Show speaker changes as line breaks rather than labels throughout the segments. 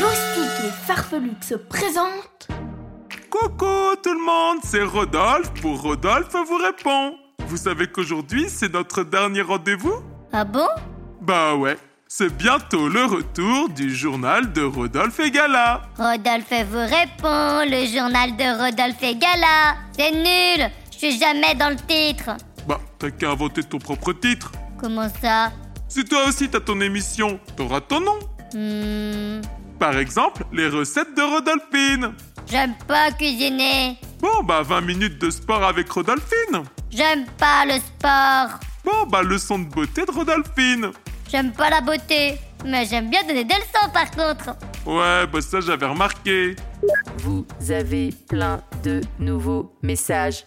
Loustique et Farfelux se présentent
Coucou tout le monde, c'est Rodolphe pour Rodolphe vous répond. Vous savez qu'aujourd'hui c'est notre dernier rendez-vous
Ah bon
Bah ouais, c'est bientôt le retour du journal de Rodolphe et Gala.
Rodolphe vous répond, le journal de Rodolphe et Gala. C'est nul, je suis jamais dans le titre.
Bah t'as qu'à inventer ton propre titre.
Comment ça
Si toi aussi t'as ton émission, t'auras ton nom.
Hmm,
Par exemple, les recettes de Rodolphine.
J'aime pas cuisiner,
Bon bah 20 minutes de sport avec Rodolphine.
j'aime pas le sport,
Bon bah leçon de beauté de Rodolphine.
j'aime pas la beauté. Mais j'aime bien donner des leçons par contre.
Ouais, bah ça j'avais remarqué.
Vous avez plein de nouveaux messages.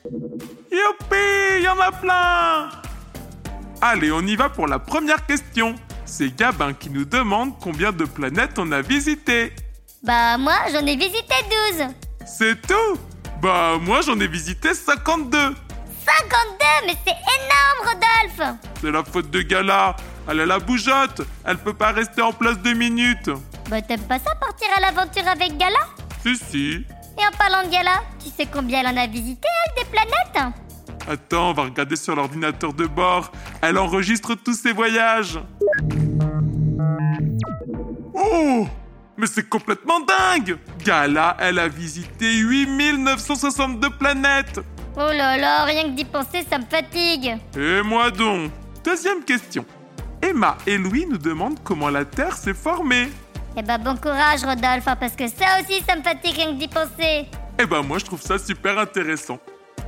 Youpi, y en a plein Allez, on y va pour la première question. C'est Gabin qui nous demande combien de planètes on a visitées.
Bah moi j'en ai visité 12.
C'est tout Bah moi j'en ai visité 52.
52 mais c'est énorme Rodolphe
C'est la faute de Gala. Elle a la bougeotte. Elle peut pas rester en place deux minutes.
Bah t'aimes pas ça partir à l'aventure avec Gala
Si si.
Et en parlant de Gala, tu sais combien elle en a visité elle des planètes
Attends, on va regarder sur l'ordinateur de bord. Elle enregistre tous ses voyages. Oh Mais c'est complètement dingue Gala, elle a visité 8962 planètes
Oh là là, rien que d'y penser ça me fatigue.
Et moi donc Deuxième question. Emma et Louis nous demandent comment la Terre s'est formée.
Eh bah bon courage Rodolphe, hein, parce que ça aussi ça me fatigue rien que d'y penser.
Eh ben moi je trouve ça super intéressant.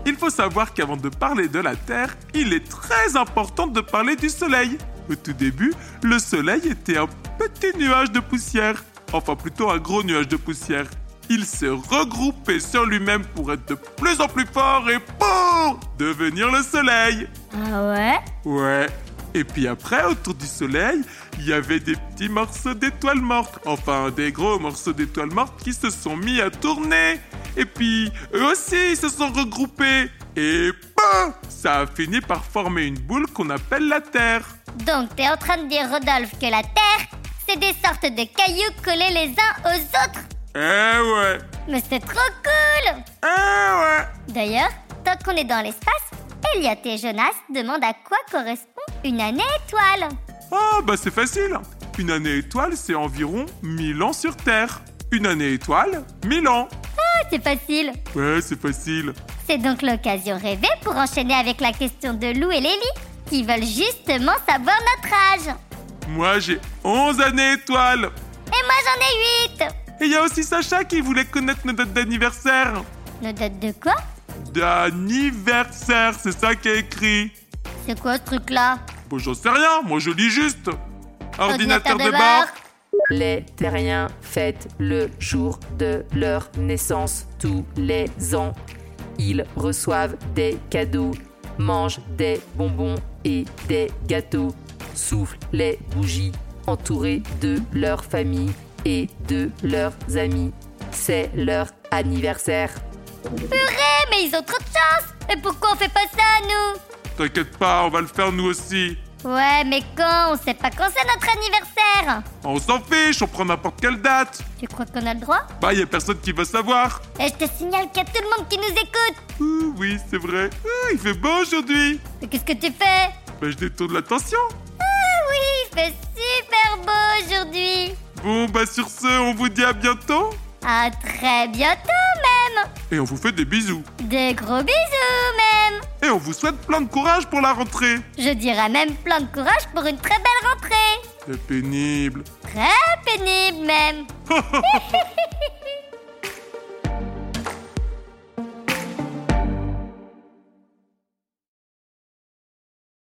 Il faut savoir qu'avant de parler de la Terre, il est très important de parler du Soleil. Au tout début, le Soleil était un petit nuage de poussière, enfin plutôt un gros nuage de poussière. Il s'est regroupé sur lui-même pour être de plus en plus fort et pour devenir le Soleil.
Ah ouais
Ouais. Et puis après, autour du soleil, il y avait des petits morceaux d'étoiles mortes. Enfin, des gros morceaux d'étoiles mortes qui se sont mis à tourner. Et puis, eux aussi, ils se sont regroupés. Et bam Ça a fini par former une boule qu'on appelle la Terre.
Donc t'es en train de dire Rodolphe que la Terre, c'est des sortes de cailloux collés les uns aux autres
Eh ouais
Mais c'est trop cool
Eh ouais
D'ailleurs, tant qu'on est dans l'espace, Elliot et Jonas demandent à quoi correspond une année étoile.
Ah bah c'est facile Une année étoile, c'est environ 1000 ans sur Terre. Une année étoile, 1000 ans.
Ah, c'est facile
Ouais, c'est facile.
C'est donc l'occasion rêvée pour enchaîner avec la question de Lou et Lélie, qui veulent justement savoir notre âge.
Moi, j'ai 11 années étoiles.
Et moi j'en ai 8
Et il y a aussi Sacha qui voulait connaître nos dates d'anniversaire.
Nos dates de quoi
D'anniversaire, c'est ça qui est écrit.
C'est quoi ce truc-là
Bon, j'en sais rien, moi je lis juste.
Ordinateur
bord.
de bord.
Les terriens fêtent le jour de leur naissance tous les ans. Ils reçoivent des cadeaux, mangent des bonbons et des gâteaux, soufflent les bougies, entourés de leur famille et de leurs amis. C'est leur anniversaire.
Purée, Eh, mais ils ont trop de chance Et pourquoi on fait pas ça, nous
T'inquiète pas, on va le faire nous aussi.
Ouais, mais quand On sait pas quand c'est notre anniversaire
On s'en fiche, on prend n'importe quelle date.
Tu crois qu'on a le droit
Bah, y a personne qui veut savoir.
Et je te signale qu'il y a tout le monde qui nous écoute
Ouh, oui, c'est vrai. Ouh, il fait beau aujourd'hui.
Mais qu'est-ce que tu fais
Bah, je détourne l'attention.
Ah oui, il fait super beau aujourd'hui
Bon, bah, sur ce, on vous dit à bientôt.
À très bientôt même
Et on vous fait des bisous.
Des gros bisous même
Et on vous souhaite plein de courage pour la rentrée.
Je dirais même plein de courage pour une très belle rentrée
C'est pénible.
Très pénible même